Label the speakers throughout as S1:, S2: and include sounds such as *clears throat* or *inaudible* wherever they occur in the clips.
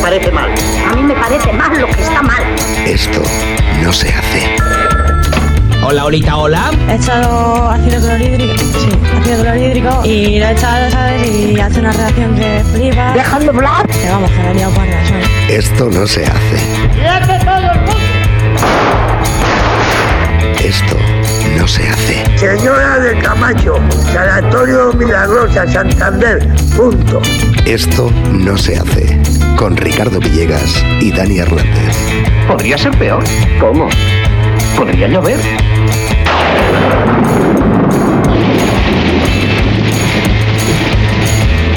S1: parece mal.
S2: A mí me parece mal lo que está mal.
S3: Esto no se hace.
S4: Hola, Olita, hola.
S5: He echado ácido clorhídrico, sí, ácido clorhídrico y lo he echado, ¿sabes? Y hace una reacción que flipa.
S2: Dejando hablar.
S5: Que vamos, que la he liado parda, ¿sabes?
S3: Esto no se hace. Esto no se hace.
S6: Señora de Camacho, Sanatorio Milagrosa, Santander, punto.
S3: Esto no se hace. Con Ricardo Villegas y Dani Hernández.
S1: Podría ser peor. ¿Cómo? Podría llover.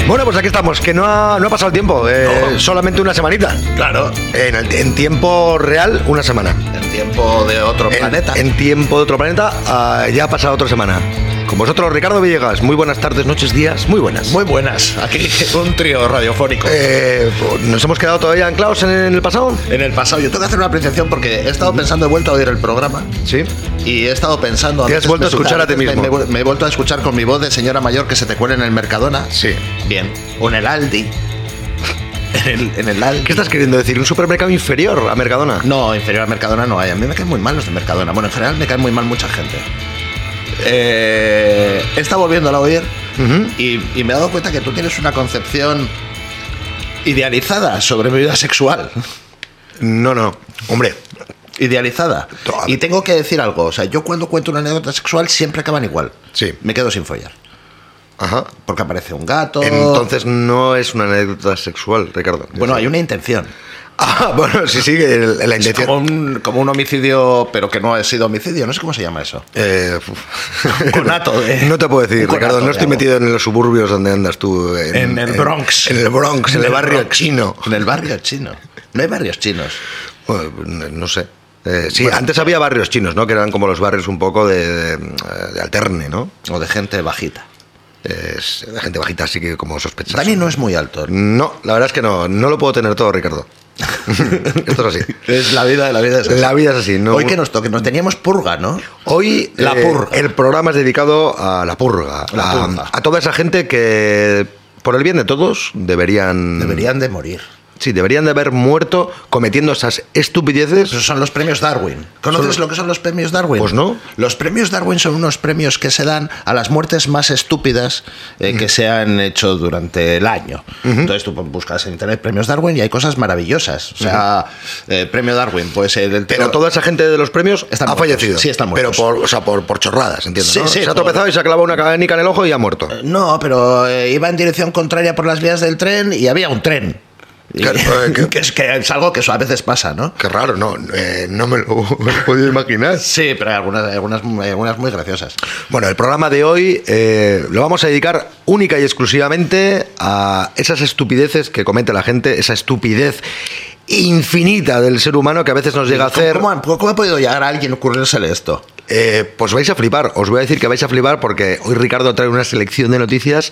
S3: Bueno, pues aquí estamos, que no ha, no ha pasado el tiempo, eh, solamente una semanita.
S7: Claro,
S3: En, el- en tiempo real, una semana.
S7: en tiempo de otro
S3: En,
S7: planeta.
S3: en tiempo de otro planeta, ah, ya ha pasado otra semana. Con vosotros, Ricardo Villegas. Muy buenas tardes, noches, días. Muy buenas.
S7: Muy buenas. Aquí *laughs* un trío radiofónico.
S3: Eh, pues, ¿Nos hemos quedado todavía anclados en, en el pasado?
S7: En el pasado, yo tengo que hacer una apreciación porque he estado pensando, he vuelto a oír el programa
S3: Sí.
S7: y he estado pensando.
S3: Te has
S7: veces
S3: vuelto
S7: me
S3: a escuchar a ti
S7: me-
S3: mismo.
S7: Me, me he vuelto a escuchar con mi voz de señora mayor que se te cuela en el Mercadona.
S3: Sí.
S7: Bien. O en el Aldi. En el, en el Aldi.
S3: ¿Qué estás queriendo decir? ¿Un supermercado inferior a Mercadona?
S7: No, inferior a Mercadona no hay. A mí me caen muy mal los de Mercadona. Bueno, en general me caen muy mal mucha gente. Eh, he estado volviéndola a oír
S3: Ujú.
S7: y, y me he dado cuenta que tú tienes una concepción idealizada sobre mi vida sexual.
S3: No, no. Hombre,
S7: Idealizada.
S3: Total.
S7: Y tengo que decir algo. O sea, yo cuando cuento una anécdota sexual siempre acaban igual.
S3: Sí.
S7: Me quedo sin follar.
S3: ajá.
S7: Porque aparece un gato.
S3: Entonces no es una anécdota sexual, Ricardo.
S7: Bueno, hay una intención.
S3: Ah, *laughs* bueno, sí, sí, el- el- la
S7: Es
S3: intención.
S7: como un, como un homicidio, pero que no ha sido homicidio. No sé cómo se llama eso.
S3: Eh,
S7: *laughs*
S3: uf.
S7: Conato de-
S3: No te puedo decir,
S7: un conato
S3: Ricardo. No
S7: de
S3: estoy
S7: algo.
S3: metido en los suburbios donde andas tú.
S7: En el Bronx.
S3: En el Bronx, en, el, barrio
S7: Bronx.
S3: chino.
S7: En el barrio chino. No hay barrios chinos.
S3: Bueno, no no sé. Eh, sí, antes había barrios chinos, ¿no? Que eran como los barrios un poco de, de, de alterne, ¿no?
S7: O de gente bajita.
S3: Es- la gente bajita así que como sospechosa.
S7: Dani no es muy alto.
S3: No, la verdad es que no. No lo puedo tener todo, Ricardo. *laughs* Esto es así.
S7: Es la vida de la vida. es así.
S3: La vida es así. No,
S7: Hoy que nos toque, nos teníamos purga, ¿no?
S3: Hoy
S7: La
S3: eh,
S7: purga.
S3: el programa es dedicado a la purga,
S7: La
S3: a,
S7: purga.
S3: a toda esa gente que por el bien de todos deberían
S7: Deberían de morir.
S3: sí, deberían de haber muerto cometiendo esas estupideces.
S7: Esos son los premios Darwin. ¿Conoces
S3: Son-
S7: lo que son los premios Darwin?
S3: Pues no.
S7: Los premios Darwin son unos premios que se dan a las muertes más estúpidas eh, que se han hecho durante el año. Entonces tú buscas en internet premios Darwin y hay cosas maravillosas. O sea, eh, premio Darwin, pues el, el
S3: Pero
S7: tío-
S3: toda esa gente de los premios
S7: Están
S3: ha
S7: muertos.
S3: fallecido.
S7: Sí, están
S3: Pero
S7: muertos.
S3: por, o sea, por, por chorradas, entiendo.
S7: Sí,
S3: ¿no?
S7: sí,
S3: se ha
S7: por-
S3: tropezado y se ha clavado una canica en el ojo y ha muerto.
S7: No, pero eh, iba en dirección contraria por las vías del tren y había un tren. Y- *laughs*
S3: Claro, eh, que-
S7: que, es, que es algo que eso a veces pasa, ¿no?
S3: Qué raro, no, eh, no me lo he podido imaginar.
S7: Sí, pero hay algunas, hay algunas, hay algunas muy graciosas.
S3: Bueno, el programa de hoy eh, lo vamos a dedicar única y exclusivamente a esas estupideces que comete la gente, esa estupidez infinita del ser humano que a veces nos llega a
S7: ¿Cómo-
S3: hacer.
S7: ¿Cómo, ha- cómo ha podido llegar a alguien a ocurrírsele esto?
S3: Eh, pues vais a flipar, os voy a decir que vais a flipar porque hoy Ricardo trae una selección de noticias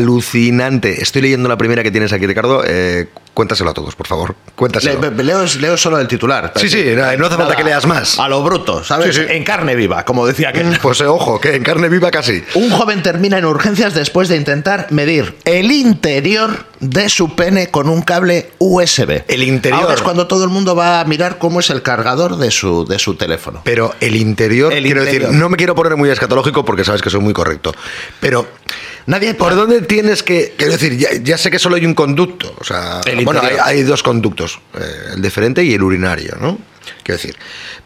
S3: alucinante. Estoy leyendo la primera que tienes aquí, Ricardo. eh, cuéntaselo a todos, por favor.
S7: Le-
S3: Cuéntaselo.
S7: le- leo, leo solo el titular.
S3: Sí, sí, no hace falta que leas más.
S7: A lo bruto, ¿sabes?
S3: Sí, sí.
S7: En carne viva, como decía aquel.
S3: Pues eh, ojo, que en carne viva casi.
S7: Un joven termina en urgencias después de intentar medir el interior de su pene con un cable USB.
S3: El interior.
S7: Ahora es cuando todo el mundo va a mirar cómo es el cargador de su, de su teléfono.
S3: Pero el interior,
S7: El
S3: quiero
S7: interior.
S3: decir, no me quiero poner muy escatológico porque sabes que soy muy correcto. Pero,
S7: Nadie
S3: ¿por dónde tienes que.? Quiero decir, ya, ya sé que solo hay un conducto. O sea,
S7: El
S3: bueno, hay,
S7: interior.
S3: hay dos conductos: eh, el deferente y el urinario, ¿no? Quiero decir.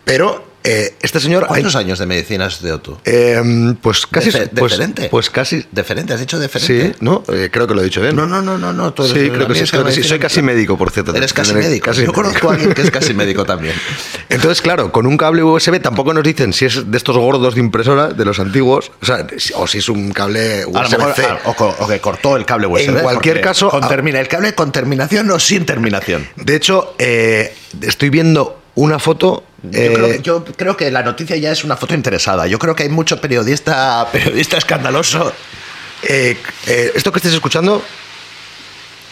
S3: Pero, eh, este señor.
S7: ¿Cuántos
S3: hay-
S7: años de medicina has estudiado tú?
S3: eh, pues casi.
S7: Defe-
S3: pues,
S7: deferente.
S3: pues casi.
S7: Deferente, has dicho
S3: Sí,
S7: deferente.
S3: ¿no? Eh, creo que lo he dicho bien.
S7: No, no, no, no, no. tú eres-
S3: Sí,
S7: a
S3: creo
S7: mí
S3: que sí,
S7: es
S3: creo que
S7: me
S3: sí.
S7: dicen-
S3: Soy casi médico, por cierto.
S7: Eres casi
S3: Tendré-
S7: médico.
S3: casi
S7: Yo conozco a alguien que es casi médico también.
S3: Entonces, claro, con un cable USB tampoco nos dicen si es de estos gordos de impresora, de los antiguos, o, sea, si- o si es un cable
S7: A lo mejor,
S3: USB-C.
S7: ah, o, co- o que cortó el cable USB.
S3: En cualquier
S7: porque
S3: caso,
S7: con
S3: ah-
S7: termina- el cable con terminación o sin terminación.
S3: De hecho, eh, estoy viendo una foto. eh,
S7: Yo, creo, yo creo que la noticia ya es una foto interesada. Yo creo que hay mucho periodista, *laughs* periodista escandaloso.
S3: eh, eh, esto que estés escuchando,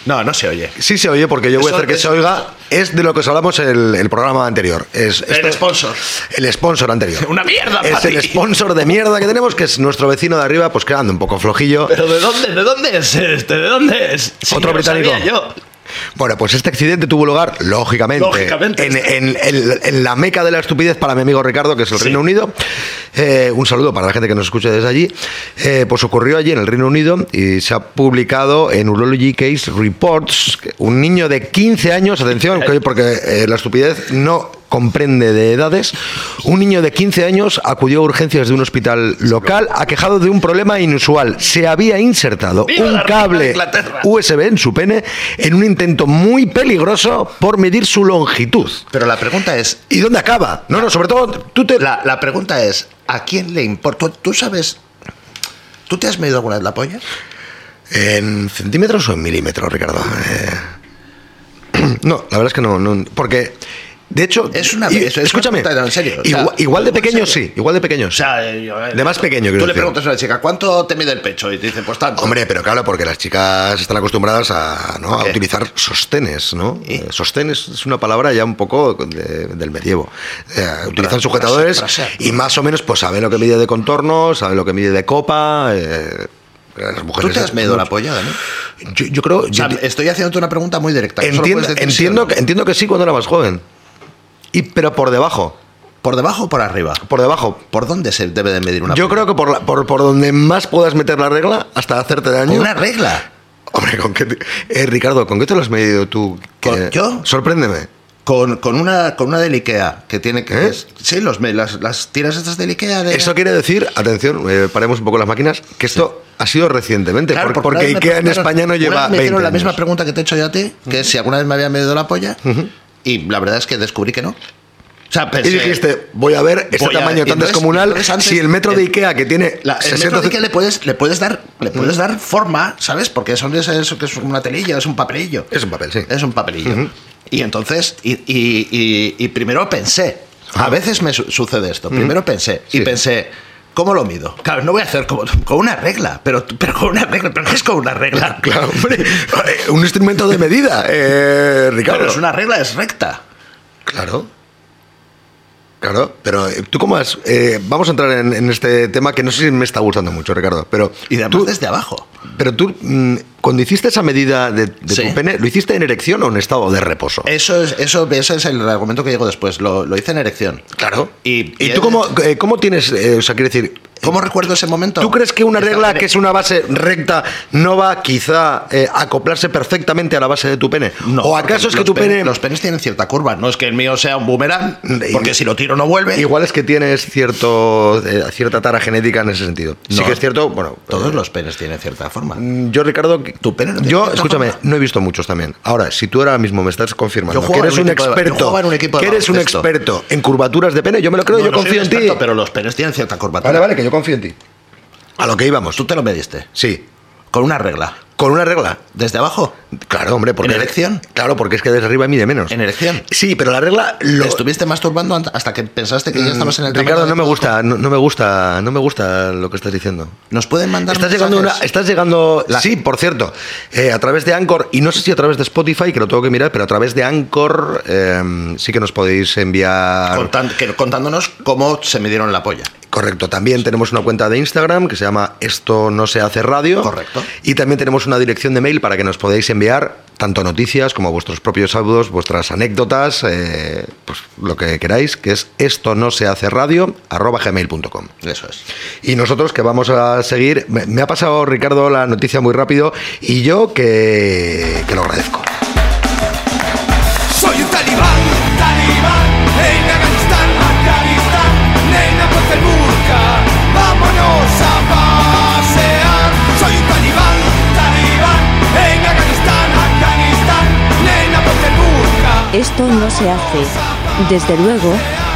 S7: No, no se oye.
S3: sí se oye, porque yo voy a
S7: Eso-
S3: hacer que se
S7: eso-
S3: oiga. Es de lo que os hablamos el, el programa anterior. Es, esto-
S7: sponsor.
S3: El sponsor anterior.
S7: *laughs* Una mierda,
S3: Es
S7: Pati.
S3: el sponsor de mierda que tenemos, que es nuestro vecino de arriba, pues quedando un poco flojillo.
S7: ¿de dónde? ¿De dónde es este? ¿De dónde es? Sí,
S3: Otro
S7: lo
S3: británico.
S7: sabía yo.
S3: Bueno, pues este accidente tuvo lugar, lógicamente,
S7: Lógicamente.
S3: En, en- en- en la meca de la estupidez para mi amigo Ricardo, que es el
S7: Sí.
S3: Reino Unido. Eh, un saludo para la gente que nos escucha desde allí. Eh, pues ocurrió allí en el Reino Unido y se ha publicado en Urology Case Reports que un niño de 15 años, atención, que- porque eh, la estupidez no comprende de edades, un niño de 15 años acudió a urgencias de un hospital local aquejado de un problema inusual. Se había insertado
S7: *laughs* ¡Viva la
S3: un
S7: reina de
S3: cable
S7: Inglaterra!
S3: USB en su pene en un intento muy peligroso por medir su longitud.
S7: Pero la pregunta es,
S3: ¿Y dónde acaba? No, no, sobre todo tú te...
S7: la, la pregunta es, ¿a quién le importa? ¿Tú, tú sabes, ¿tú te has medido alguna vez la polla?
S3: ¿En centímetros o en milímetros, Ricardo? Eh, *clears throat* No, la verdad es que no, no, porque... De hecho,
S7: Es una-
S3: y-
S7: es- es una
S3: escúchame,
S7: pregunta, no, en serio, o sea,
S3: igual, igual de
S7: en serio.
S3: pequeño sí, igual de pequeño.
S7: O sea, eh, yo- eh,
S3: De más pequeño,
S7: Tú
S3: quiero
S7: le
S3: decir.
S7: preguntas a una chica, ¿cuánto te mide el pecho? Y te dice, pues tanto.
S3: Hombre, pero claro, porque las chicas están acostumbradas a, ¿no?
S7: ¿A
S3: a
S7: qué?
S3: utilizar sostenes, ¿no?
S7: ¿Y?
S3: Eh, Sostenes es una palabra ya un poco de- del medievo. Eh, utilizan
S7: Frase,
S3: sujetadores
S7: frase, frase.
S3: y más o menos pues saben lo que mide de contorno, saben lo que mide de copa. eh, las
S7: ¿Tú
S3: mujeres
S7: te has medido la polla, Dani?
S3: Yo, yo creo...
S7: O sea,
S3: yo-
S7: estoy haciéndote una pregunta muy directa. que solo
S3: entiendo,
S7: puedes decir sí o
S3: entiendo,
S7: no.
S3: que, entiendo que sí cuando era más joven. Y, pero por debajo,
S7: ¿Por debajo o por arriba?
S3: por debajo.
S7: ¿Por dónde se debe de medir una
S3: Yo creo que por, la- por, por donde más puedas meter la regla hasta hacerte daño.
S7: ¿Una regla?
S3: Hombre, ¿con qué te- eh, Ricardo, ¿con qué te lo has medido tú? Que-
S7: ¿Con- yo?
S3: Sorpréndeme.
S7: Con, con una con una del Ikea que tiene que...
S3: ¿Eh?
S7: Sí, los, me- las, las tiras estas del Ikea de...
S3: Esto quiere decir, atención, eh, paremos un poco las máquinas, que esto ha sido recientemente,
S7: Claro,
S3: por-
S7: una
S3: porque
S7: vez me
S3: IKEA en
S7: preguntaron-
S3: España no
S7: una
S3: lleva
S7: vez Me
S3: 20
S7: hicieron la
S3: años.
S7: misma pregunta que te he hecho yo a ti, que es si alguna vez me había medido la polla, y la verdad es que descubrí que no. O sea,
S3: Y
S7: pensé-
S3: dijiste, voy a ver este
S7: Voy a-
S3: tamaño tan
S7: entonces-
S3: descomunal,
S7: entonces antes-
S3: si el metro de
S7: el-
S3: IKEA que tiene
S7: La, el
S3: 60
S7: metro de que le puedes, le puedes dar, le puedes dar forma, ¿sabes? Porque son de eso que es una telilla, es un papelillo.
S3: Es un papel, sí.
S7: Es un papelillo.
S3: Ujú.
S7: Y entonces, y, y- y- y primero pensé, a
S3: Ajá.
S7: veces me su- sucede esto, primero pensé, y
S3: Sí.
S7: pensé, ¿cómo lo mido? Claro, no voy a hacer como, con una regla, pero, pero con una regla, pero no es con una regla.
S3: *laughs* Claro, hombre, un instrumento de medida, eh, Ricardo.
S7: Claro, es una regla, es recta.
S3: Claro. Claro, pero eh, tú cómo has... eh, vamos a entrar en, en este tema que no sé si me está gustando mucho, Ricardo, pero...
S7: Y además este
S3: tú-
S7: desde abajo.
S3: Pero tú, mm, cuando hiciste esa medida de, de
S7: Sí. Eh,
S3: tu pene, ¿lo hiciste en erección o en estado de reposo?
S7: Eso es, eso, ese es el argumento que llego después. Lo, lo hice en erección.
S3: Claro.
S7: Y,
S3: ¿Y,
S7: y
S3: tú
S7: es-
S3: cómo, eh, cómo tienes, eh, o sea, quiero decir,
S7: ¿Cómo recuerdo ese momento?
S3: ¿tú crees que una
S7: Estaba
S3: regla
S7: en-
S3: que es una base recta no va quizá eh, a acoplarse perfectamente a la base de tu pene?
S7: No,
S3: ¿O
S7: porque
S3: acaso es que
S7: los
S3: tu
S7: penes-
S3: pene...
S7: Los penes tienen cierta curva. No es que el mío sea un boomerang,
S3: Y-
S7: porque si lo tiro no vuelve.
S3: Igual es que tienes cierto, eh, cierta tara genética en ese sentido. Sí
S7: No.
S3: que es cierto, bueno...
S7: Todos
S3: eh,
S7: los penes tienen cierta forma.
S3: Mm, Yo, Ricardo, que-
S7: Tu pene no tiene
S3: yo,
S7: tanta
S3: escúchame,
S7: forma.
S3: no he visto muchos también. Ahora, si tú ahora mismo me estás confirmando
S7: Yo
S3: que
S7: jugaba
S3: eres
S7: en un
S3: un
S7: equipo de- yo
S3: experto,
S7: jugaba en un equipo de
S3: que eres un
S7: baloncesto.
S3: experto en curvaturas de pene, yo me lo creo,
S7: No,
S3: yo
S7: no soy
S3: confío
S7: un
S3: en ti.
S7: experto, Pero los penes tienen cierta curva.
S3: Vale, vale, que yo confío en ti. A lo que íbamos.
S7: Tú te lo mediste.
S3: Sí,
S7: Con una regla.
S3: con una regla.
S7: Desde abajo.
S3: Claro, hombre, porque
S7: ¿En erección?
S3: Claro, porque es que desde arriba mide menos.
S7: En erección.
S3: Sí, pero la regla lo Mm,
S7: Te estuviste masturbando ant- hasta que pensaste que ya estabas en el
S3: Ricardo, no
S7: tamaño de-
S3: me gusta, no, no me gusta, no me gusta lo que estás diciendo.
S7: Nos pueden mandar
S3: Estás llegando, una,
S7: mensajes?
S3: estás llegando
S7: La-
S3: sí, por cierto, eh, a través de Anchor, y no sé si a través de Spotify, que lo tengo que mirar, pero a través de Anchor eh, sí que nos podéis enviar...
S7: Contan- que- contándonos cómo se midieron la polla.
S3: Correcto, también tenemos una cuenta de Instagram que se llama Esto no se hace radio.
S7: Correcto.
S3: Y también tenemos una dirección de mail para que nos podáis enviar tanto noticias como vuestros propios audios, vuestras anécdotas, eh, pues lo que queráis, que es esto no se hace radio arroba gmail.com.
S7: Eso es.
S3: Y nosotros que vamos a seguir, me, me ha pasado Ricardo la noticia muy rápido y yo que, que lo agradezco.
S8: Soy un talibán, talibán, en Afganistán, Afganistán, nena ponte el burka, vámonos a pasear. Soy un talibán, talibán, en Afganistán, Afganistán, nena ponte el burka.
S2: Esto no se hace. Desde luego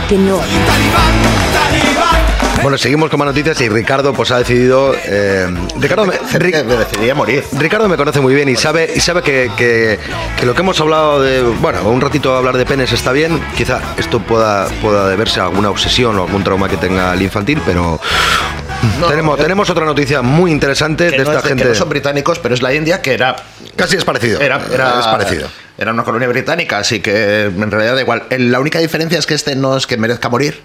S2: que no.
S8: Soy un talibán, talibán.
S3: Bueno, seguimos con más noticias y Ricardo pues ha decidido... eh, Ricardo, me- Ri-
S7: Me decidí a morir.
S3: Ricardo me conoce muy bien y sabe, y sabe que, que- que lo que hemos hablado de. Bueno, un ratito hablar de penes está bien. Quizá esto pueda, pueda deberse a alguna obsesión o algún trauma que tenga el infantil, pero. tenemos, tenemos otra noticia muy interesante
S7: Que
S3: de
S7: no
S3: esta
S7: es de- que
S3: gente.
S7: no son británicos, pero es la India que era
S3: Casi es parecido.
S7: Era, era-
S3: es parecido.
S7: Era una colonia británica, así Eh, que en realidad da igual. El- La única diferencia es que este no es que merezca morir,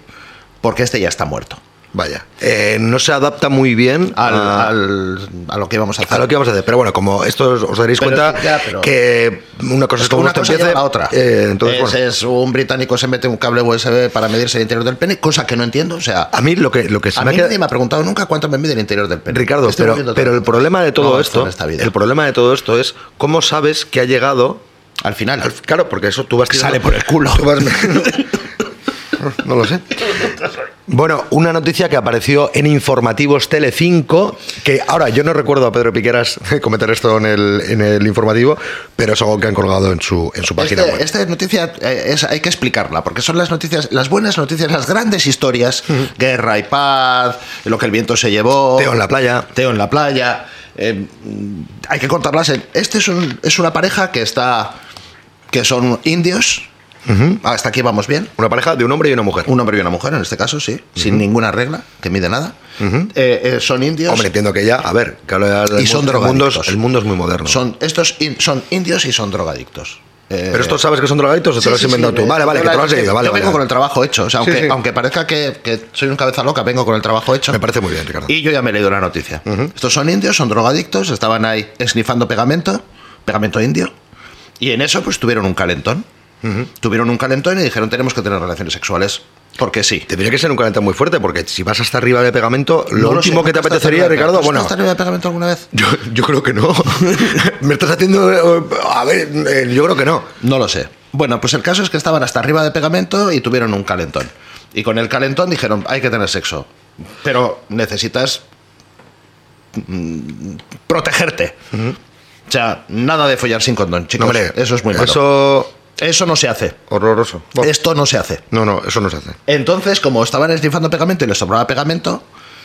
S7: porque este ya está muerto.
S3: Vaya, Eh, no se adapta muy bien
S7: Al-
S3: a-
S7: al- a lo que íbamos a hacer.
S3: a lo que vamos a hacer. Pero bueno, como esto os- os daréis
S7: Pero
S3: cuenta
S7: ya, pero-
S3: que una cosa es pues,
S7: que
S3: como
S7: una
S3: esto
S7: cosa lleva
S3: empiece,
S7: a la otra.
S3: eh, entonces,
S7: es,
S3: bueno.
S7: es un británico se mete un cable USB para medirse el interior del pene, cosa que no entiendo. O sea,
S3: a mí lo que, lo que Ah, se
S7: a
S3: me ha
S7: mí
S3: quedado-
S7: nadie me ha preguntado nunca cuánto me mide el interior del pene.
S3: Ricardo,
S7: Estoy
S3: pero,
S7: moviendo
S3: pero
S7: todo.
S3: el problema de todo
S7: No avanzo
S3: esto,
S7: en esta vida.
S3: el problema de todo esto es cómo sabes que ha llegado.
S7: al final.
S3: al- Claro, porque eso tú vas tirando-
S7: Sale por el culo.
S3: tú vas- *laughs*
S7: *laughs*
S3: no lo sé. Bueno, una noticia que apareció en informativos Telecinco, que ahora yo no recuerdo a Pedro Piqueras *laughs* comentar esto en el, en el informativo, pero es algo que han colgado en su, en su página
S7: Este-
S3: web.
S7: Esta noticia eh, es- hay que explicarla, porque son las noticias, las buenas noticias, las grandes historias, guerra y paz, lo que el viento se llevó,
S3: Teo en la playa.
S7: Teo en la playa. eh, mm, hay que contarlas. en- este es, un- es una pareja que está, que son indios. Hasta aquí vamos bien.
S3: Una pareja de un hombre y una mujer.
S7: Un hombre y una mujer, en este caso, sí, sin ninguna regla, que mide nada. Eh, eh, son indios.
S3: Hombre, entiendo que ya, a ver, que ahora el
S7: y son
S3: mundo- el mundo, es-
S7: drogadictos.
S3: el mundo es muy moderno.
S7: Son, estos in- son indios y son drogadictos. Eh,
S3: pero esto sabes que son drogadictos o te
S7: Sí,
S3: lo has
S7: sí,
S3: inventado
S7: sí,
S3: tú.
S7: eh,
S3: Vale, vale,
S7: yo
S3: que te
S7: la-
S3: lo has leído, vale.
S7: Yo vengo
S3: vale.
S7: con el trabajo hecho. O sea,
S3: Sí,
S7: aunque,
S3: sí.
S7: aunque parezca que, que soy un cabeza loca, vengo con el trabajo hecho.
S3: Me parece muy bien, Ricardo.
S7: Y yo ya me he leído la noticia. Estos son indios, son drogadictos, estaban ahí esnifando pegamento, pegamento indio. Y en eso, pues tuvieron un calentón. Tuvieron un calentón y dijeron: Tenemos que tener relaciones sexuales. Porque sí.
S3: Tendría que ser un calentón muy fuerte, porque si vas hasta arriba de pegamento, lo
S7: No lo
S3: último
S7: sé,
S3: que te
S7: ¿nunca has
S3: apetecería,
S7: estado arriba de
S3: Ricardo,
S7: pegamento? ¿Tú
S3: bueno.
S7: has estado arriba de pegamento alguna vez?
S3: Yo, yo creo que no. *laughs* Me estás haciendo. eh, A ver, eh, yo creo que no.
S7: No lo sé. Bueno, pues el caso es que estaban hasta arriba de pegamento y tuvieron un calentón. Y con el calentón dijeron, hay que tener sexo. Pero necesitas mm, protegerte. O sea, nada de follar sin condón,
S3: No,
S7: chicos.
S3: hombre,
S7: eso es muy malo. Eso,
S3: Eso.
S7: no se hace.
S3: Horroroso. Bueno,
S7: Esto no se hace.
S3: No, no, eso no se hace.
S7: Entonces, como estaban esnifando pegamento y les sobraba pegamento,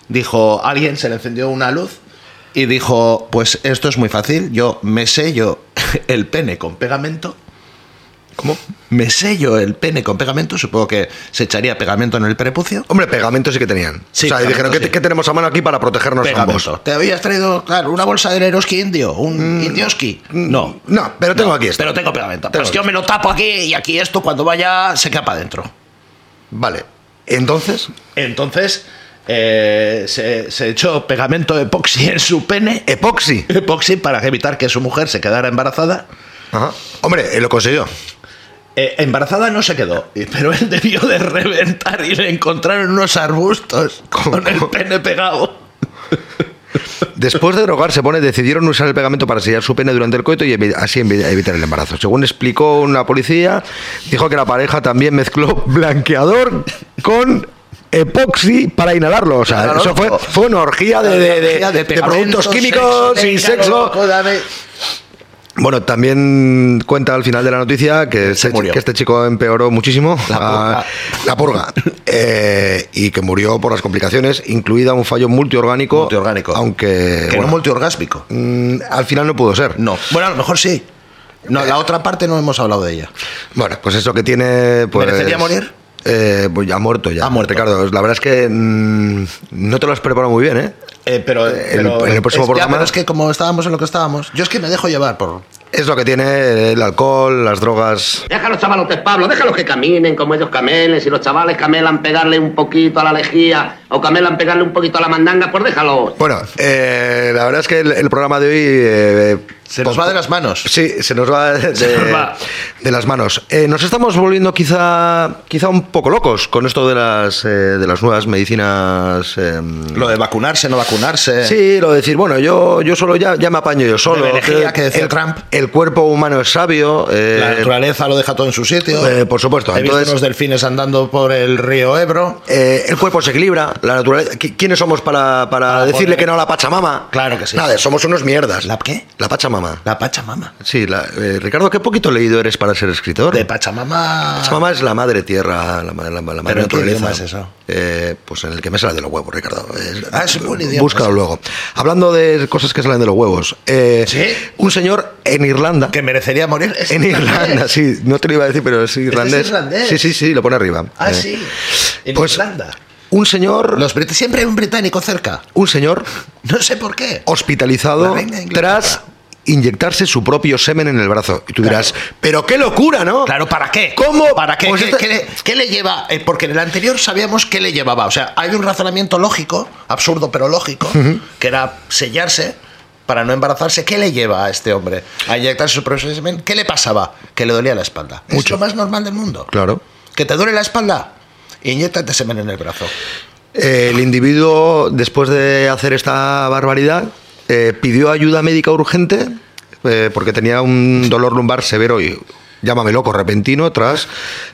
S7: dijo, alguien se le encendió una luz y dijo, pues esto es muy fácil, yo *laughs* me sello el pene con pegamento. ¿Cómo? Me sello el pene con pegamento, supongo que se echaría pegamento en el prepucio.
S3: Hombre, pegamento sí que tenían.
S7: Sí,
S3: o sea, y
S7: pegamento
S3: dijeron, ¿qué, te-
S7: sí.
S3: qué tenemos a mano aquí para protegernos
S7: Pegamento.
S3: ambos?
S7: Te habías traído, claro, una bolsa de Eroski indio, un indioski. Mm, No.
S3: No, pero tengo aquí esto.
S7: Pero tengo pegamento.
S3: Tengo
S7: pues
S3: aquí.
S7: yo me lo tapo aquí y aquí esto cuando vaya se queda para adentro.
S3: Vale. Entonces,
S7: Entonces eh, se, se echó pegamento epoxi en su pene,
S3: epoxi.
S7: epoxi para evitar que su mujer se quedara embarazada.
S3: Ajá. Hombre, eh, lo consiguió.
S7: Eh, embarazada no se quedó, y- pero él debió de reventar y le encontraron unos arbustos con *laughs* el pene pegado.
S3: Después de drogarse, pone, decidieron usar el pegamento para sellar su pene durante el coito y evi- así evi- evitar el embarazo. Según explicó una policía, dijo que la pareja también mezcló *laughs* blanqueador con epoxi para inhalarlo. O sea,
S7: Claro,
S3: eso fue,
S7: loco.
S3: fue una orgía de, de- de-
S7: Orgía de
S3: de
S7: pegamento,
S3: productos químicos
S7: sexo,
S3: y
S7: venga,
S3: sexo. Eh,
S7: loco, dame.
S3: Bueno, también cuenta al final de la noticia que, este,
S7: murió.
S3: que este chico empeoró muchísimo
S7: La purga.
S3: Ah, la
S7: *laughs*
S3: purga. Eh, y que murió por las complicaciones, incluida un fallo multiorgánico.
S7: Multiorgánico.
S3: Aunque.
S7: Que
S3: bueno,
S7: no multiorgásmico.
S3: Mm, al final no pudo ser.
S7: No. Bueno, a lo mejor sí. No, la otra parte no hemos hablado de ella.
S3: Bueno, pues eso que tiene. Pues,
S7: ¿Merecería morir?
S3: Eh, pues ya ha muerto ya.
S7: Ha muerto.
S3: Ricardo, la verdad es que mm, no te lo has preparado muy bien, ¿eh?
S7: Eh, pero, pero-
S3: en el próximo
S7: es, ya,
S3: programa-
S7: pero es que como estábamos en lo que estábamos, yo es que me dejo llevar por,
S3: Es lo que tiene el alcohol, las drogas.
S9: Déjalos chavalotes, pues, Pablo, déjalos que caminen como ellos camelen. Si los chavales camelan pegarle un poquito a la lejía o camelan pegarle un poquito a la mandanga, pues déjalos.
S3: Bueno, eh, la verdad es que el, el programa de hoy. eh,
S7: Se nos
S3: po-
S7: va de las manos.
S3: Sí, se nos va de,
S7: Se nos va.
S3: de las manos. Eh, nos estamos volviendo quizá, quizá un poco locos con esto de las, eh, de las nuevas medicinas. em,
S7: Lo de vacunarse, no vacunarse.
S3: Sí, lo de decir, bueno, yo, yo solo ya, ya me apaño yo solo.
S7: de herejía que decía
S3: el,
S7: Trump.
S3: El cuerpo humano es sabio. eh,
S7: La naturaleza lo deja todo en su sitio.
S3: Eh, por supuesto,
S7: He visto
S3: entonces-
S7: unos delfines andando por el río Ebro.
S3: eh, el cuerpo se equilibra, la naturaleza. qui- ¿Quiénes somos para, para decirle
S7: poner-
S3: que no a la Pachamama?
S7: Claro que sí.
S3: Nada, somos unos mierdas.
S7: ¿La qué?
S3: La Pachamama.
S7: La Pachamama.
S3: Sí, la- eh, Ricardo, qué poquito leído eres para ser escritor.
S7: De Pachamama.
S3: Pachamama es la madre tierra, la, ma- la, ma- la madre
S7: Ah. ¿Pero en qué
S3: naturaleza.
S7: idioma es eso?
S3: Eh, pues en el que me sale de los huevos, Ricardo. Es-
S7: Ah, es un buen idioma
S3: Búscalo
S7: ese.
S3: luego. Hablando de cosas que salen de los huevos. eh,
S7: ¿Sí?
S3: Un señor en Irlanda.
S7: Que merecería morir. Es
S3: En
S7: irlandés.
S3: Irlanda, sí. No te lo iba a decir, pero es irlandés.
S7: irlandés?
S3: Sí, sí, sí, lo pone arriba.
S7: Ah,
S3: Eh,
S7: sí. En
S3: pues,
S7: Irlanda.
S3: Un señor,
S7: Los brit- Siempre hay un británico cerca.
S3: un señor
S7: No sé por qué.
S3: hospitalizado
S7: La reina de Inglaterra.
S3: tras inyectarse su propio semen en el brazo. Y tú dirás, pero qué locura, ¿no?
S7: Claro, ¿para qué?
S3: ¿Cómo?
S7: ¿Para qué?
S3: Pues
S7: ¿Qué,
S3: esta-
S7: qué le, qué le lleva? Eh, porque en el anterior sabíamos qué le llevaba. O sea, hay un razonamiento lógico, absurdo pero lógico, que era sellarse para no embarazarse. ¿Qué le lleva a este hombre a inyectarse su propio semen? ¿Qué le pasaba? Que le dolía la espalda. Es
S3: Mucho.
S7: lo más normal del mundo.
S3: Claro.
S7: ¿Que te duele la espalda? Inyéctate semen en el brazo.
S3: Eh, el individuo, después de hacer esta barbaridad, eh, pidió ayuda médica urgente eh, porque tenía un dolor lumbar severo y llámame loco, repentino, tras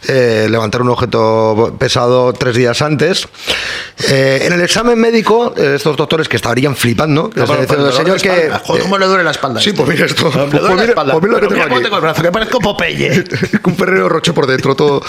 S3: eh, levantar un objeto pesado tres días antes. Eh, en el examen médico, eh, estos doctores que estarían flipando, les
S7: Pero,
S3: decían,
S7: pero, pero,
S3: señor
S7: dolor de
S3: que...
S7: espalda. Joder, ¿Cómo le duele la espalda? a
S3: Sí,
S7: este?
S3: pues mira esto.
S7: *laughs* Le
S3: Pues
S7: duele la
S3: mira-
S7: espalda.
S3: pues mira lo que
S7: Pero
S3: tengo
S7: mira cómo
S3: aquí.
S7: tengo el brazo, que
S3: *laughs*
S7: parezco Popeye.
S3: un Ferrero Roche por dentro todo.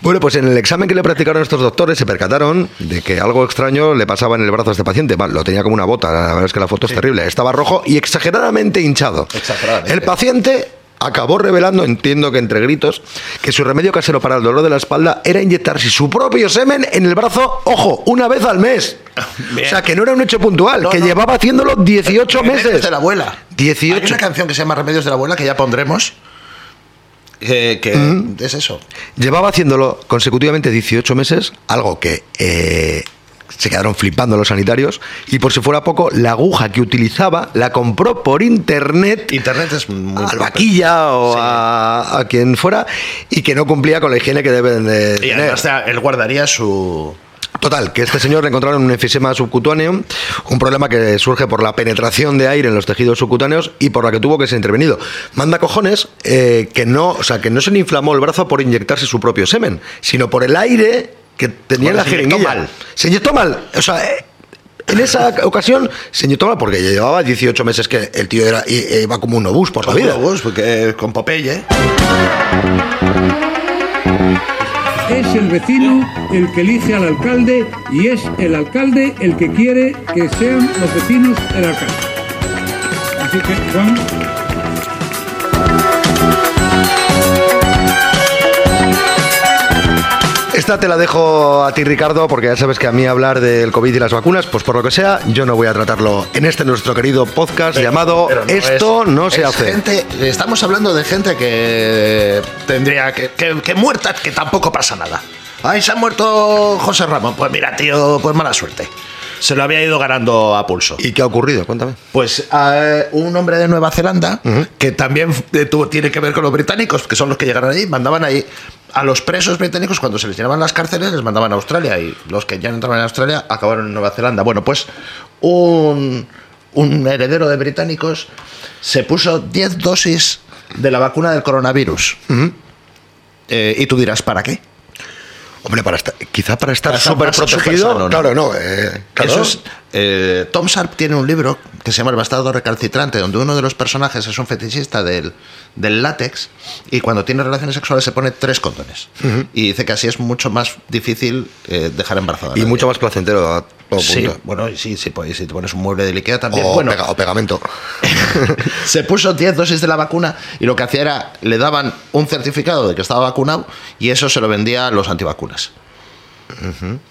S3: Bueno, pues en el examen que le practicaron estos doctores se percataron de que algo extraño le pasaba en el brazo a este paciente. Vale, lo tenía como una bota, la verdad es que la foto es terrible. Estaba rojo y exageradamente hinchado.
S7: Exageradamente.
S3: El paciente acabó revelando, entiendo que entre gritos, que su remedio casero para el dolor de la espalda era inyectarse su propio semen en el brazo, ojo, una vez al mes.
S7: *laughs* Bien.
S3: O sea, que no era un hecho puntual,
S7: No,
S3: que
S7: no. este
S3: llevaba haciéndolo 18
S7: Remedios
S3: meses.
S7: de la abuela.
S3: 18.
S7: Hay una canción que se llama Remedios de la abuela que ya pondremos. eh, que
S3: Mm.
S7: es eso.
S3: Llevaba haciéndolo consecutivamente 18 meses, algo que eh, se quedaron flipando los sanitarios, y por si fuera poco, la aguja que utilizaba la compró por internet
S7: Internet es muy.
S3: al Ah, vaquilla o a, a quien fuera, y que no cumplía con la higiene que deben de
S7: Y
S3: tener.
S7: además eh, él guardaría su.
S3: Total, que este señor le encontraron un enfisema subcutáneo, un problema que surge por la penetración de aire en los tejidos subcutáneos y por la que tuvo que ser intervenido. Manda cojones eh, que no, o sea, que no se le inflamó el brazo por inyectarse su propio semen, sino por el aire que tenía en
S7: Bueno,
S3: la
S7: se inyectó
S3: jeringuilla.
S7: mal.
S3: Se inyectó mal, o sea, eh, en esa ocasión se inyectó mal porque llevaba 18 meses que el tío era i- iba como un obús por la vida.
S7: Globos, porque, eh, con Popeye.
S10: Es el vecino el que elige al alcalde y es el alcalde el que quiere que sean los vecinos el alcalde. Así que, Juan,
S3: Esta te la dejo a ti, Ricardo, porque ya sabes que a mí hablar del COVID y las vacunas, pues por lo que sea, yo no voy a tratarlo en este nuestro querido podcast llamado
S7: Pero no
S3: Esto
S7: es-
S3: no se
S7: es
S3: hace.
S7: gente- estamos hablando de gente que tendría que, que, que muerta, que tampoco pasa nada. Ay, se ha muerto José Ramón. Pues mira, tío, pues mala suerte. Se lo había ido ganando a pulso.
S3: ¿Y qué ha ocurrido? Cuéntame.
S7: Pues eh, un hombre de Nueva Zelanda, que también eh, tuvo- tiene que ver con los británicos, que son los que llegaron allí, mandaban ahí a los presos británicos cuando se les llenaban las cárceles, les mandaban a Australia y los que ya no entraban en Australia acabaron en Nueva Zelanda. Bueno, pues un, un heredero de británicos se puso 10 dosis de la vacuna del coronavirus. Eh, y tú dirás, ¿para qué?
S3: Hombre, para esta- quizá para estar
S7: Para estar
S3: súper
S7: más súper
S3: protegido.
S7: sano, ¿no?
S3: Claro, no. eh, claro.
S7: Eso es, eh, Tom Sharp tiene un libro que se llama El bastardo recalcitrante, donde uno de los personajes es un fetichista del, del látex y cuando tiene relaciones sexuales se pone tres condones. Y dice que así es mucho más difícil eh, dejar embarazada. a
S3: Y
S7: nadie.
S3: mucho más placentero a todo
S7: Sí,
S3: punto.
S7: bueno, y sí, sí, pues, y si te pones un mueble de Ikea también.
S3: O,
S7: bueno,
S3: pega- o pegamento.
S7: se puso 10 dosis de la vacuna y lo que hacía era, le daban un certificado de que estaba vacunado y eso se lo vendía a los antivacunas.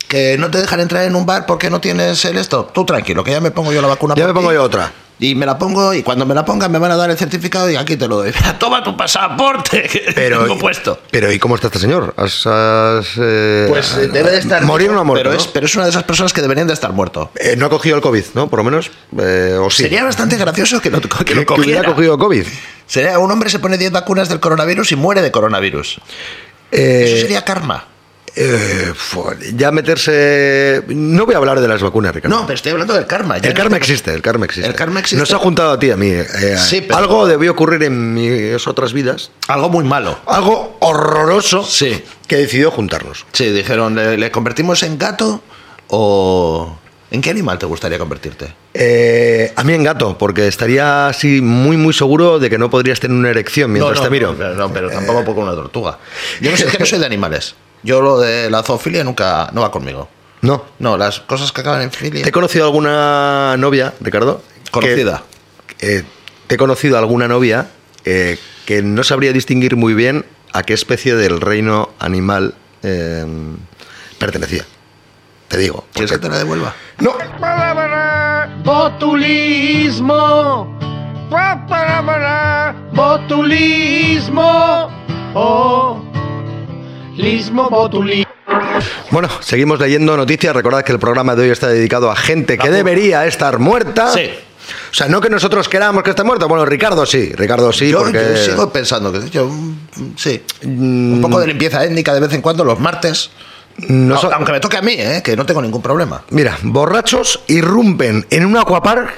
S7: Que no te dejan entrar en un bar porque no tienes el esto. Tú tranquilo, que ya me pongo yo la vacuna.
S3: Ya me
S7: por
S3: pongo
S7: ti.
S3: yo otra.
S7: Y me la pongo y cuando me la pongan me van a dar el certificado y aquí te lo doy. *laughs* Toma tu pasaporte que
S3: *laughs* Pero, eh,
S7: tengo puesto.
S3: Pero ¿y cómo está este señor? ¿Has, has, eh,
S7: Pues eh, debe de estar
S3: Morir o no ha muerto.
S7: Pero,
S3: ¿no?
S7: es, pero es una de esas personas que deberían de estar muerto.
S3: Eh, no ha cogido el COVID, ¿no? Por lo menos. eh, o sí.
S7: Sería bastante gracioso que lo, que
S3: *laughs* que,
S7: lo
S3: que hubiera
S7: cogiera.
S3: cogido COVID.
S7: Sería un hombre se pone 10 vacunas del coronavirus y muere de coronavirus.
S3: Eh,
S7: Eso sería karma.
S3: Eh, fu- ya meterse. No voy a hablar de las vacunas, Ricardo.
S7: No, pero estoy hablando del karma. ya
S3: El
S7: no
S3: karma
S7: estoy-
S3: existe, el karma existe.
S7: El karma existe.
S3: Nos ha juntado a ti, a mí. eh,
S7: Sí, pero-
S3: Algo debió ocurrir en mis otras vidas.
S7: Algo muy malo.
S3: Algo horroroso
S7: Sí.
S3: que decidió juntarnos.
S7: Sí, dijeron, ¿le, le convertimos en gato o... ¿En qué animal te gustaría convertirte?
S3: Eh, a mí en gato, porque estaría así muy, muy seguro de que no podrías tener una erección mientras
S7: No, no,
S3: te miro. Eh.
S7: No, pero- no, pero tampoco poco una tortuga. Yo no sé, es que no soy de animales. Yo lo de la zoofilia nunca... no va conmigo.
S3: No.
S7: No, las cosas que acaban en filia...
S3: ¿Te he conocido alguna novia, Ricardo? que-
S7: Conocida.
S3: eh, te he conocido alguna novia eh, que no sabría distinguir muy bien a qué especie del reino animal eh, pertenecía. Te digo.
S7: ¿Quieres que
S3: porque-
S7: te la devuelva?
S3: No.
S8: Botulismo
S11: Botulismo. Oh. Lismo botulismo.
S3: Bueno, seguimos leyendo noticias. Recordad que el programa de hoy está dedicado a gente que debería estar muerta.
S7: Sí.
S3: O sea, no que nosotros queramos que esté muerta. Bueno, Ricardo sí, Ricardo sí,
S7: yo,
S3: porque...
S7: yo sigo pensando que yo, mm, sí, un poco de limpieza étnica de vez en cuando los martes.
S3: Mm. No
S7: Au-
S3: so-
S7: Aunque me toque a mí, ¿eh? que no tengo ningún problema.
S3: Mira, borrachos irrumpen en un aquapark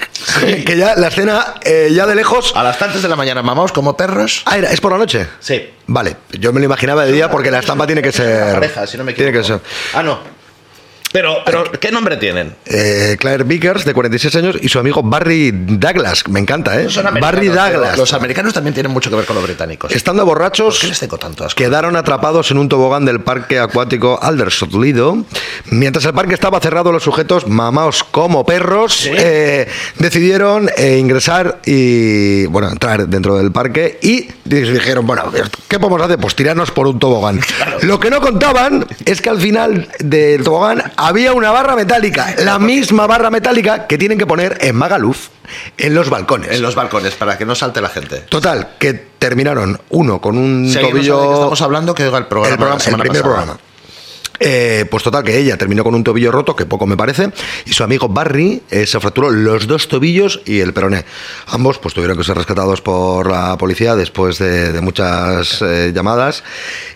S3: que ya la escena eh, ya de lejos...
S7: A las tantas de la mañana mamaos como perros.
S3: Ah, era- ¿es por la noche?
S7: Sí.
S3: Vale, yo me lo imaginaba de día porque la estampa tiene que ser...
S7: Pareja, si no me
S3: tiene
S7: equivoco.
S3: que ser...
S7: Ah, no. Pero, pero ¿qué nombre tienen?
S3: Eh, Claire Vickers, de 46 años, y su amigo Barry Douglas. Me encanta, ¿eh?
S7: Son
S3: Barry
S7: americanos, pero
S3: Douglas.
S7: Los americanos también tienen mucho que ver con los británicos.
S3: Estando borrachos,
S7: ¿Por qué les tengo tanto asco?
S3: quedaron atrapados en un tobogán del parque acuático Aldershot Lido. Mientras el parque estaba cerrado, los sujetos, mamaos como perros, eh, decidieron eh, ingresar y, bueno, entrar dentro del parque y dijeron, bueno, a ver, ¿qué podemos hacer? Pues tirarnos por un tobogán. Lo que no contaban es que al final del tobogán había una barra metálica, la misma barra metálica que tienen que poner en Magaluf en los balcones.
S7: En los balcones, para que no salte la gente.
S3: Total, que terminaron uno con un
S7: Si alguien no sabe de
S3: tobillo.
S7: qué estamos hablando, que oiga el programa.
S3: el,
S7: de la
S3: programa- el
S7: semana
S3: primer
S7: pasada.
S3: programa. Eh, pues total, que ella terminó con un tobillo roto, que poco me parece, y su amigo Barry eh, se fracturó los dos tobillos y el peroné. Ambos pues tuvieron que ser rescatados por la policía después de, de muchas eh, llamadas.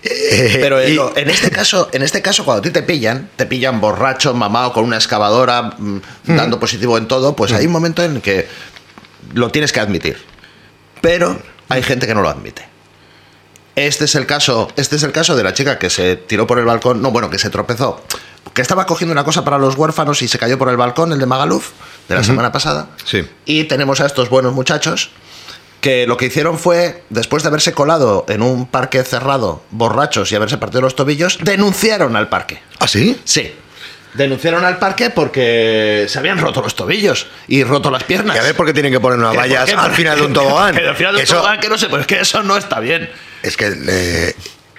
S3: Eh,
S7: Pero en,
S3: y-
S7: lo- en este caso, en este caso, cuando a ti te pillan, te pillan borracho, mamado, con una excavadora, mm, dando positivo en todo, pues hay un momento en que lo tienes que admitir. Pero hay gente que no lo admite. Este es el caso, este es el caso de la chica que se tiró por el balcón, no, bueno, que se tropezó, que estaba cogiendo una cosa para los huérfanos y se cayó por el balcón, el de Magaluf, de la semana pasada.
S3: Sí.
S7: Y tenemos a estos buenos muchachos que lo que hicieron fue, después de haberse colado en un parque cerrado, borrachos y haberse partido los tobillos, denunciaron al parque.
S3: ¿Ah, sí?
S7: Sí. Denunciaron al parque porque se habían roto los tobillos y roto las piernas.
S3: Y a ver por qué tienen que poner unas
S7: Que-
S3: vallas
S7: que-
S3: al final
S7: *laughs*
S3: de un tobogán.
S7: Que al final de un
S3: Eso-
S7: tobogán, que no sé, pero es que eso no está bien.
S3: Es que. eh,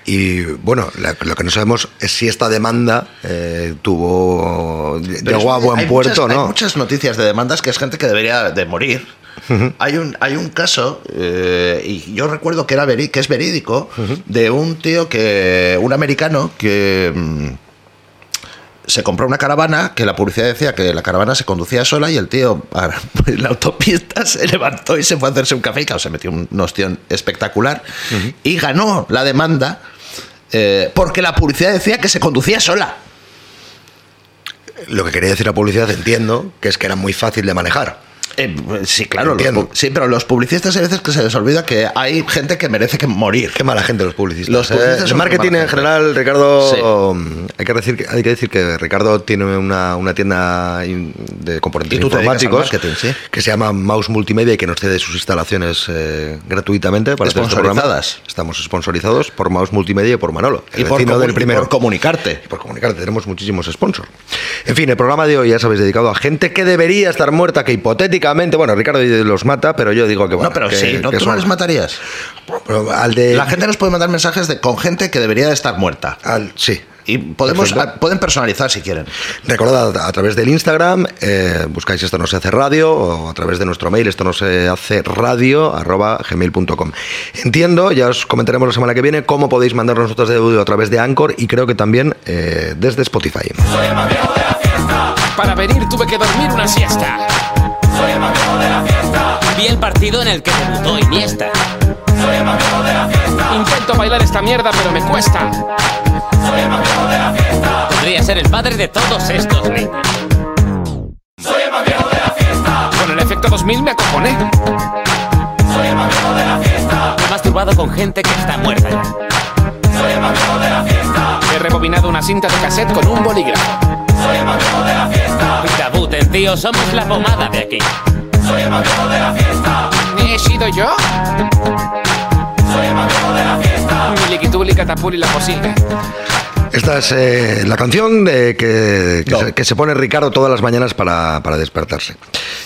S3: y bueno, la- lo que no sabemos es si esta demanda eh, tuvo.
S7: Pero
S3: llegó a
S7: es- hay
S3: buen puerto
S7: muchas-
S3: o no.
S7: Hay muchas noticias de demandas que es gente que debería de morir. hay, un, hay un caso, eh, y yo recuerdo que, era veri- que es verídico, de un tío que. un americano que. mm, se compró una caravana que la publicidad decía que la caravana se conducía sola y el tío a- *laughs* en la autopista *laughs* se levantó y se fue a hacerse un café y claro, se metió un ostión espectacular y ganó la demanda eh, porque la publicidad decía que se conducía sola.
S3: Lo que quería decir la publicidad, entiendo, que es que era muy fácil de manejar.
S7: Eh, pues sí, claro. los
S3: Entiendo.
S7: pu- sí, pero los publicistas hay veces que se les olvida que hay gente que merece que morir.
S3: Qué mala gente los publicistas.
S7: Los
S3: eh.
S7: publicistas
S3: el
S7: son muy
S3: marketing
S7: mala
S3: en
S7: gente.
S3: general, Ricardo, hay, que decir, que- hay que decir que Ricardo tiene una, una tienda in- de componentes
S7: Y tú te dedicas al
S3: informáticos
S7: marketing, sí.
S3: que se llama Mouse Multimedia y que nos cede sus instalaciones eh, gratuitamente para hacer este programa.
S7: Sponsorizadas.
S3: Estamos sponsorizados por Mouse Multimedia y por Manolo, el
S7: Y por,
S3: vecino
S7: comu-
S3: del
S7: y
S3: primero.
S7: por comunicarte.
S3: Y por comunicarte, tenemos muchísimos sponsors. En fin, el programa de hoy ya sabéis dedicado a gente que debería estar muerta, que hipotéticamente, bueno, Ricardo los mata, pero yo digo que bueno.
S7: no, pero
S3: que-
S7: sí, no,
S3: que Eh,
S7: tú no
S3: son-
S7: les matarías.
S3: Pero al de.
S7: La gente nos puede mandar mensajes de, con gente que debería de estar muerta.
S3: al- sí.
S7: Y podemos,
S3: Perfecto.
S7: a- pueden personalizar si quieren.
S3: Recordad, a través del Instagram, eh, buscáis esto no se hace radio o a través de nuestro mail esto no se hace radio arroba gmail.com. Entiendo, ya os comentaremos la semana que viene cómo podéis mandarnos notas de audio a través de Anchor y creo que también eh, desde Spotify.
S12: Para venir tuve que dormir una siesta. Vi el partido en el que debutó Iniesta. Intento bailar esta mierda, pero me cuesta. Podría ser el padre de todos estos, niños. Con el efecto 2000 me acojoné. Me he masturbado con gente que está muerta ya. He rebobinado una cinta de cassette con un bolígrafo. Debuten, tío, somos la pomada de aquí. ¿He sido yo? Mi liquituli, catapuli, la posilga.
S3: Esta es eh, la canción eh, que, que se, que se pone Ricardo todas las mañanas para, para despertarse.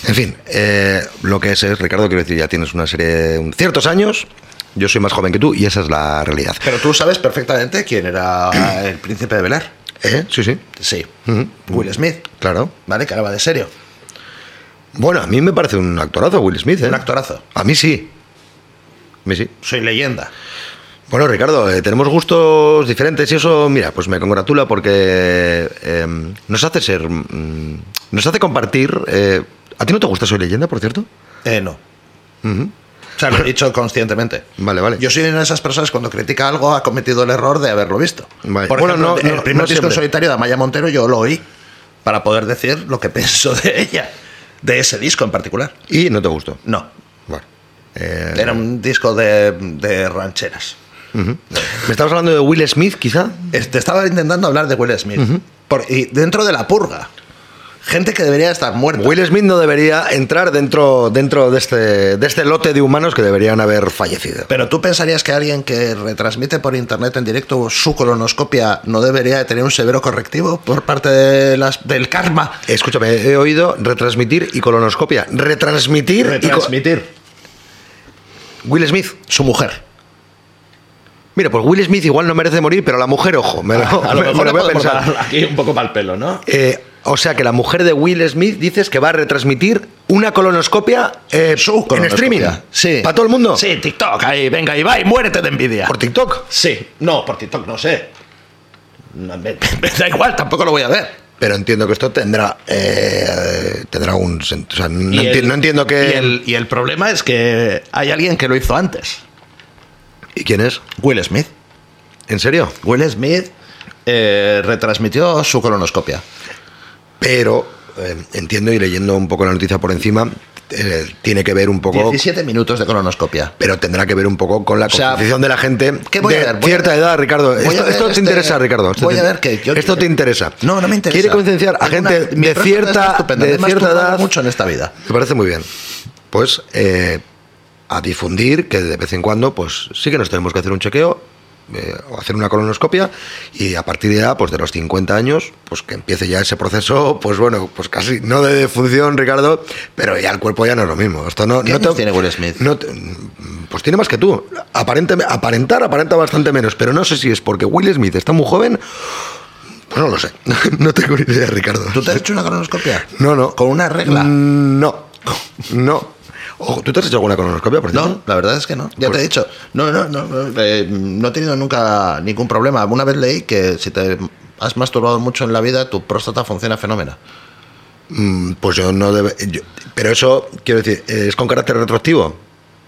S3: En fin, eh, lo que es es, Ricardo, quiero decir, ya tienes una serie, un- ciertos años, yo soy más joven que tú y esa es la realidad.
S7: Pero tú sabes perfectamente quién
S3: *clears throat*
S7: era el príncipe de Belar.
S3: ¿Eh? Sí, sí,
S7: Sí.
S3: Ujú.
S7: Will Smith.
S3: claro.
S7: ¿Vale? Que ahora va de serio.
S3: Bueno, a mí me parece un actorazo Will Smith. ¿eh?
S7: Un actorazo.
S3: A mí sí. A mí sí.
S7: Soy leyenda.
S3: Bueno, Ricardo, eh, tenemos gustos diferentes y eso, mira, pues me congratula porque eh, nos hace ser, mm, nos hace compartir. eh, ¿A ti no te gusta Soy Leyenda, por cierto?
S7: Eh, no.
S3: Ujú.
S7: O sea, lo he dicho conscientemente.
S3: Vale, vale.
S7: Yo soy una de esas personas cuando critica algo ha cometido el error de haberlo visto.
S3: Vale.
S7: Por
S3: Bueno,
S7: ejemplo,
S3: no, no,
S7: el primer
S3: no
S7: disco en
S3: siempre.
S7: solitario de Amaya Montero yo lo oí para poder decir lo que *laughs* pienso de ella, de ese disco en particular.
S3: Y no te gustó.
S7: No,
S3: Bueno. Eh,
S7: era un disco de, de rancheras.
S3: ujú. ¿Me estabas hablando de Will Smith, quizá?
S7: Eh, Te estaba intentando hablar de Will Smith. Por- y dentro de la purga. Gente que debería estar muerta.
S3: Will Smith no debería entrar dentro, dentro de, este, de este lote de humanos que deberían haber fallecido.
S7: Pero tú pensarías que alguien que retransmite por internet en directo su colonoscopia no debería de tener un severo correctivo por parte de las, del karma.
S3: Escúchame, he oído retransmitir y colonoscopia. Retransmitir, y co- Will Smith.
S7: Su mujer.
S3: Mira, pues Will Smith igual no merece morir, pero la mujer, ojo, me lo,
S7: *laughs* a lo
S3: me- me
S7: mejor
S3: lo
S7: le
S3: voy a
S7: podemos
S3: pensar.
S7: dar aquí un poco mal pelo, ¿no?
S3: Eh, o sea que la mujer de Will Smith dices que va a retransmitir una colonoscopia, eh, en streaming.
S7: Sí.
S3: ¿Para todo el mundo?
S7: Sí, TikTok. Ahí, venga, y va y muérete de envidia.
S3: ¿Por TikTok?
S7: sí. No, por TikTok no sé. No, me- me da igual, tampoco lo voy a ver.
S3: Pero entiendo que esto tendrá eh, tendrá un sentido. O sea, no,
S7: Y
S3: enti-
S7: el-
S3: no entiendo que...
S7: Y el, y el problema es que hay alguien que lo hizo antes.
S3: ¿Y quién es?
S7: Will Smith.
S3: ¿En serio?
S7: Will Smith eh, retransmitió su colonoscopia.
S3: Pero eh, entiendo y leyendo un poco la noticia por encima, eh, tiene que ver un poco...
S7: 17 minutos de colonoscopia.
S3: Pero tendrá que ver un poco con la
S7: sea,
S3: constitución de la gente
S7: ¿qué voy a
S3: de
S7: ver? Voy a-
S3: cierta edad, Ricardo.
S7: voy a
S3: Esto,
S7: ver
S3: esto te
S7: este-
S3: interesa, Ricardo. Esto
S7: voy
S3: te-
S7: a ver que yo-
S3: esto te interesa.
S7: No, no me interesa.
S3: Quiere concienciar a
S7: Ninguna-
S3: gente
S7: mi
S3: de
S7: respuesta es
S3: cierta,
S7: estupenda. Me
S3: de
S7: he
S3: cierta
S7: masturbado
S3: edad.
S7: mucho en esta vida.
S3: Me parece muy bien. Pues eh, a difundir que de vez en cuando, pues sí que nos tenemos que hacer un chequeo eh, o hacer una colonoscopia y a partir de ya, pues de los 50 años, pues que empiece ya ese proceso, pues bueno, pues casi no de defunción, Ricardo, pero ya el cuerpo ya no es lo mismo. Esto no,
S7: ¿Qué
S3: no
S7: años tiene Will Smith?
S3: no te- pues tiene más que tú. Aparente, aparentar aparenta bastante menos, pero no sé si es porque Will Smith está muy joven. Pues no lo sé. *laughs* No tengo ni idea, Ricardo.
S7: ¿Tú te has hecho una colonoscopia?
S3: No, no.
S7: ¿Con una regla?
S3: Mm, No. No. Ojo, ¿tú te has hecho alguna colonoscopia, por
S7: No,
S3: cierto?
S7: la verdad es que no. Ya
S3: Pues-
S7: te he dicho. No, no, no. No, eh, no he tenido nunca ningún problema. Una vez leí que si te has masturbado mucho en la vida, tu próstata funciona fenómeno.
S3: Mm, Pues yo no debe... yo- pero eso, quiero decir, ¿es con carácter retroactivo?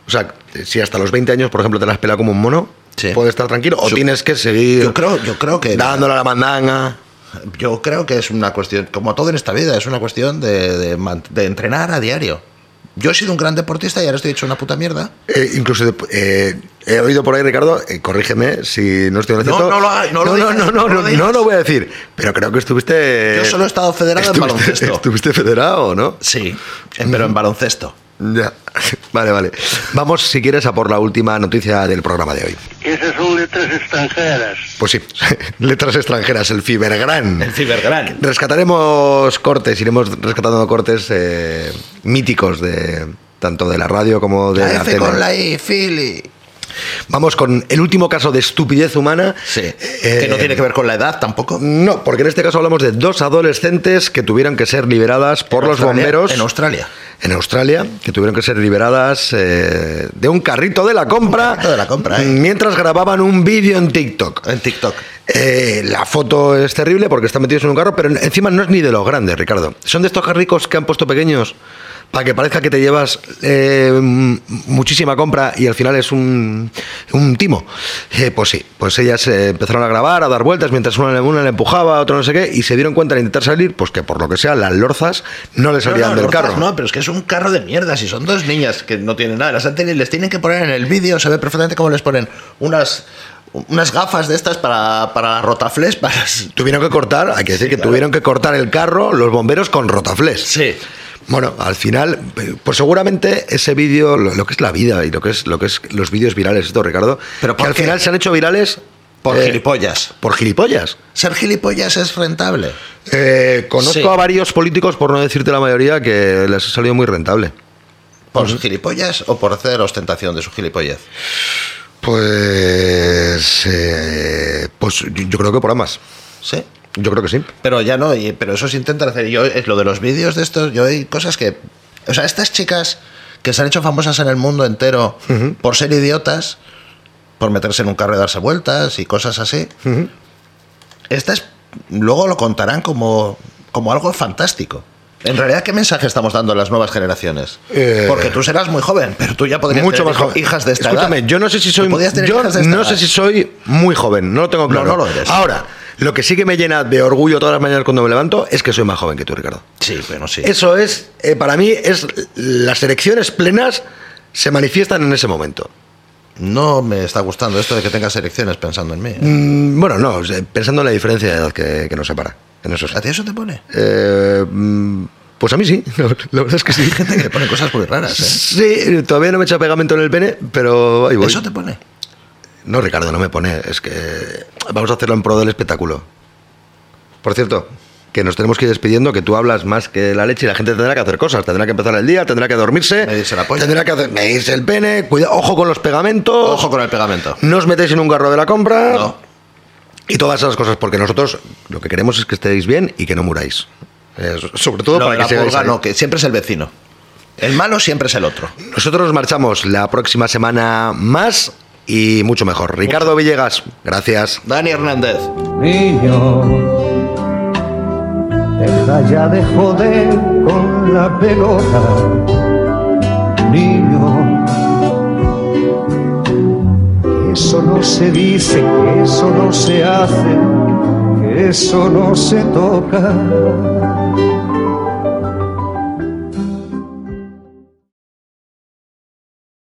S3: O sea, si hasta los 20 años, por ejemplo, te la has pelado como un mono,
S7: Sí.
S3: ¿puedes estar tranquilo? ¿O
S7: Yo-
S3: tienes que seguir
S7: Yo creo, yo creo que.
S3: dándole a la mandanga?
S7: Yo creo que es una cuestión, como todo en esta vida, es una cuestión de, de man- de entrenar a diario. Yo he sido un gran deportista y ahora estoy hecho una puta mierda.
S3: Eh, incluso de- eh, he oído por ahí, Ricardo, eh, corrígeme si no estoy en el
S7: No,
S3: cierto.
S7: no lo hagas, no lo
S3: no,
S7: digas,
S3: no, no,
S7: no lo
S3: no,
S7: digas.
S3: no lo voy a decir. Pero creo que estuviste.
S7: Yo solo he estado federado en
S3: estuviste-
S7: baloncesto.
S3: Estuviste federado, ¿no?
S7: Sí, Eh, pero en baloncesto.
S3: Ya. *laughs* Vale, vale. Vamos, si quieres, a por la última noticia del programa de hoy.
S13: Esas son letras extranjeras.
S3: Pues sí, *laughs* letras extranjeras, el Fibergran.
S7: El Cibergran.
S3: Rescataremos cortes, iremos rescatando cortes eh, míticos de tanto de la radio como de
S7: La
S3: la,
S7: F
S3: tele.
S7: con la E. I, Philly.
S3: Vamos con el último caso de estupidez humana.
S7: Sí,
S3: Eh,
S7: que no tiene que ver con la edad tampoco.
S3: No, porque en este caso hablamos de dos adolescentes que tuvieron que ser liberadas por
S7: En
S3: los
S7: Australia-
S3: bomberos
S7: En Australia.
S3: en Australia, que tuvieron que ser liberadas eh, de un carrito de la compra,
S7: carrito de la compra, eh.
S3: mientras grababan un vídeo en TikTok.
S7: En TikTok.
S3: Eh, la foto es terrible porque están metidos en un carro, pero encima no es ni de los grandes, Ricardo. Son de estos carricos que han puesto pequeños para que parezca que te llevas eh, m- muchísima compra y al final es un, un timo. Eh, pues sí, pues ellas eh, empezaron a grabar, a dar vueltas, mientras una, le- una le empujaba, otra no sé qué, y se dieron cuenta al intentar salir, pues que por lo que sea, las lorzas no les salían
S7: No, no,
S3: del
S7: lorzas
S3: carro.
S7: No, pero es que es un carro de mierda. Si son dos niñas que no tienen nada, las han tenido- les tienen que poner en el vídeo. Se ve perfectamente cómo les ponen unas, unas gafas de estas para, para rotafles. *laughs* Para...
S3: Tuvieron que cortar, hay que decir
S7: Sí,
S3: que
S7: claro.
S3: tuvieron que cortar el carro los bomberos con rotaflex.
S7: Sí.
S3: Bueno, al final, pues seguramente ese vídeo, lo, lo que es la vida y lo que es, lo que es los vídeos virales, esto, Ricardo,
S7: ¿Pero
S3: que
S7: por
S3: al
S7: qué?
S3: final se han hecho virales
S7: Por
S3: eh,
S7: gilipollas.
S3: Por gilipollas.
S7: Ser gilipollas es rentable.
S3: Eh, conozco
S7: Sí.
S3: a varios políticos, por no decirte la mayoría, que les ha salido muy rentable.
S7: ¿Por gilipollas o por hacer ostentación de su gilipollez?
S3: Pues, eh, pues yo, yo creo que por ambas.
S7: Sí.
S3: Yo creo que sí.
S7: Pero ya no, y- pero eso se intenta hacer. Yo, es lo de los vídeos de estos, yo hay cosas que O sea, estas chicas que se han hecho famosas en el mundo entero
S3: Ujú.
S7: por ser idiotas, por meterse en un carro y darse vueltas y cosas así,
S3: Ujú.
S7: estas luego lo contarán como, como algo fantástico. En realidad, ¿qué mensaje estamos dando a las nuevas generaciones?
S3: Eh,
S7: Porque tú serás muy joven, pero tú ya podrías
S3: mucho
S7: tener
S3: más joven.
S7: hijas de esta
S3: Escúchame,
S7: edad.
S3: yo no sé si
S7: Tú
S3: soy
S7: podías tener
S3: yo
S7: hijas de esta
S3: no
S7: edad.
S3: sé si soy muy joven, no lo tengo
S7: No,
S3: claro.
S7: no lo eres.
S3: Ahora, lo que sí que me llena de orgullo todas las mañanas cuando me levanto es que soy más joven que tú, Ricardo.
S7: Sí, bueno, sí.
S3: Eso es eh, para mí es las elecciones plenas se manifiestan en ese momento.
S7: No me está gustando esto de que tengas elecciones pensando en mí. ¿eh?
S3: Mm, bueno, no, o sea, pensando en la diferencia de edad que, que nos separa. En eso sí.
S7: ¿A ti eso te pone?
S3: Eh, mm, pues a mí sí, *laughs* la, la verdad es que sí.
S7: Gente que le pone cosas muy raras, ¿eh?
S3: Sí, todavía no me he hecho pegamento en el pene, pero ahí *laughs* voy.
S7: Eso te pone.
S3: No, Ricardo, no me pone. Es que vamos a hacerlo en pro del espectáculo. Por cierto, que nos tenemos que ir despidiendo, que tú hablas más que la leche y la gente tendrá que hacer cosas. Tendrá que empezar el día, tendrá que dormirse, pues
S7: Medirse la polla.
S3: tendrá que hacer, medirse el pene, cuida, ojo con los pegamentos,
S7: Ojo con el pegamento.
S3: no os metéis en un garro de la compra
S7: No.
S3: y todas esas cosas, porque nosotros lo que queremos es que estéis bien y que no muráis. Eh, so- sobre todo
S7: Lo
S3: para
S7: de la
S3: que sigáis
S7: pulga
S3: ahí.
S7: no, que siempre es el vecino. El malo siempre es el otro.
S3: Nosotros nos marchamos la próxima semana más y mucho mejor. Ricardo Villegas, gracias.
S7: Dani Hernández.
S14: Niño, deja ya de joder con la pelota. Niño, que eso no se dice, que eso no se hace, que eso no se toca.